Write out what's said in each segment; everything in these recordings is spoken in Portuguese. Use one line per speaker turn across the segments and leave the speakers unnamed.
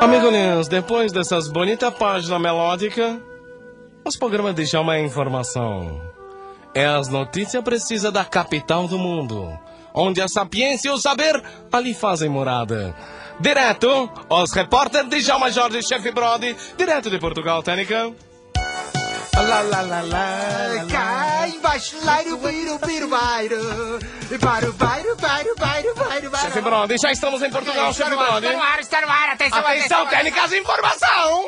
Amigos, depois dessas bonitas páginas melódicas, os programas deixam uma informação. É as notícias precisas da capital do mundo, onde a sapiência e o saber ali fazem morada. Direto, os repórteres de Jalma Jorge Chef Brody, direto de Portugal, Técnica. Lá, lá, lá, lá,
Cá embaixo, lairo, biro, biro, bairo. Bairo, bairo, bairo, bairo, bairo, bairo.
Chef Brody, já estamos em Portugal, Chef Brody.
Está no ar, está no ar, atenção,
né? Atenção, é técnicas de informação!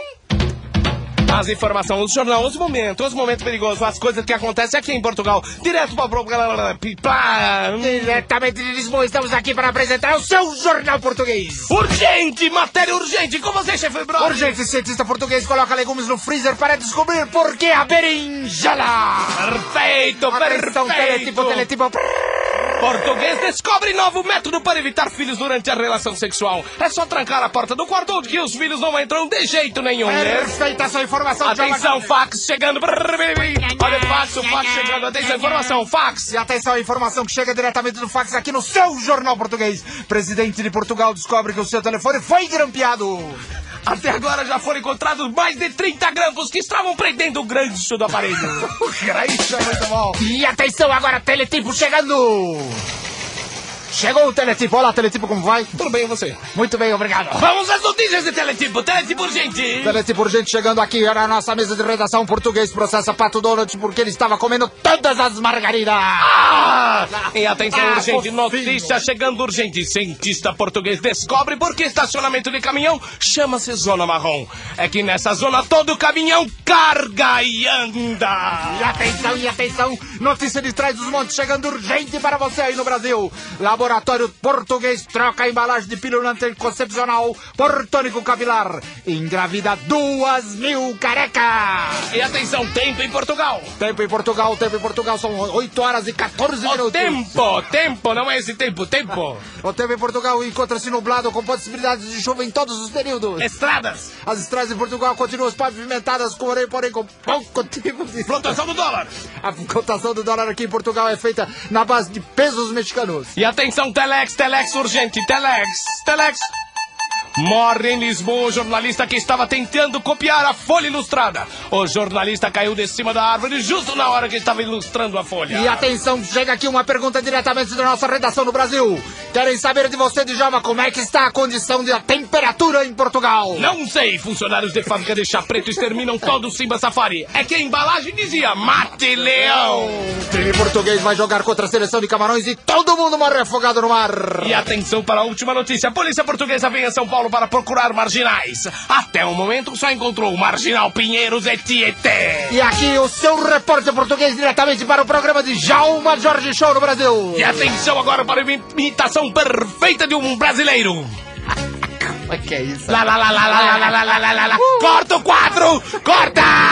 As informações do jornal, os momentos, os momentos perigosos, as coisas que acontecem aqui em Portugal, direto para o...
Diretamente de Lisboa, estamos aqui para apresentar o seu jornal português.
Urgente, matéria urgente, com você, chefe Brody!
Urgente, cientista português coloca legumes no freezer para descobrir por que a berinjela.
Perfeito,
Atenção,
perfeito!
teletipo, teletipo.
Português descobre novo método para evitar filhos durante a relação sexual. É só trancar a porta do quarto que os filhos não entram de jeito nenhum, né?
Perfeita essa informação.
Atenção,
Jornal.
fax chegando. Olha o fax, o fax chegando. Atenção, informação, fax.
E atenção à informação que chega diretamente do fax aqui no seu jornal português. Presidente de Portugal descobre que o seu telefone foi grampeado.
Até agora já foram encontrados mais de 30 grampos que estavam prendendo o gancho do aparelho.
Isso é muito bom. E atenção agora, teletipo chegando. Chegou o teletipo. Olá, teletipo, como vai?
Tudo bem, e você?
Muito bem, obrigado.
Vamos às notícias de Teletipo. Teletipo urgente.
Teletipo urgente chegando aqui na nossa mesa de redação. Português processa Pato Donald porque ele estava comendo todas as margaridas.
Ah! E atenção
Ah,
urgente,
fofinho.
notícia chegando urgente. Cientista português descobre por que estacionamento de caminhão chama-se zona marrom. É que nessa zona todo caminhão carga e anda.
E atenção, e atenção! Notícia de trás dos montes chegando urgente para você aí no Brasil! Laboratório português troca a embalagem de pílula anticoncepcional por tônico capilar. Engravida duas mil carecas!
E atenção, tempo em Portugal.
Tempo em Portugal, tempo em Portugal, são 8 horas e 14
O
minutos.
tempo, tempo, não é esse tempo, tempo.
O tempo em Portugal encontra-se nublado com possibilidades de chuva em todos os períodos.
É. Estradas,
As estradas em Portugal continuam pavimentadas, porém, porém com pouco tempo de...
flutuação do dólar.
A cotação do dólar aqui em Portugal é feita na base de pesos mexicanos.
E atenção, Telex, Telex urgente, Telex, Telex. Morre em Lisboa o jornalista que estava tentando copiar a Folha Ilustrada. O jornalista caiu de cima da árvore justo na hora que estava ilustrando a Folha.
E atenção, chega aqui uma pergunta diretamente da nossa redação no Brasil. Querem saber de você, Djalma, como é que está a condição da temperatura em Portugal?
Não sei, funcionários de fábrica de chá preto exterminam todo o Simba Safari. É que a embalagem dizia Mate Leão.
O time português vai jogar contra a seleção de camarões e todo mundo morre afogado no mar.
E atenção para a última notícia. A polícia portuguesa vem a São Paulo para procurar marginais. Até o momento só encontrou o marginal Pinheiros e Tietê.
E aqui o seu repórter português diretamente para o programa de Djalma Jorge Show no Brasil.
E atenção agora para a imitação perfeita de um brasileiro.
Como é que é isso?
Lá, lá, lá, lá, lá, lá, lá, lá, lá, lá, lá, lá. Corta o quadro! Corta!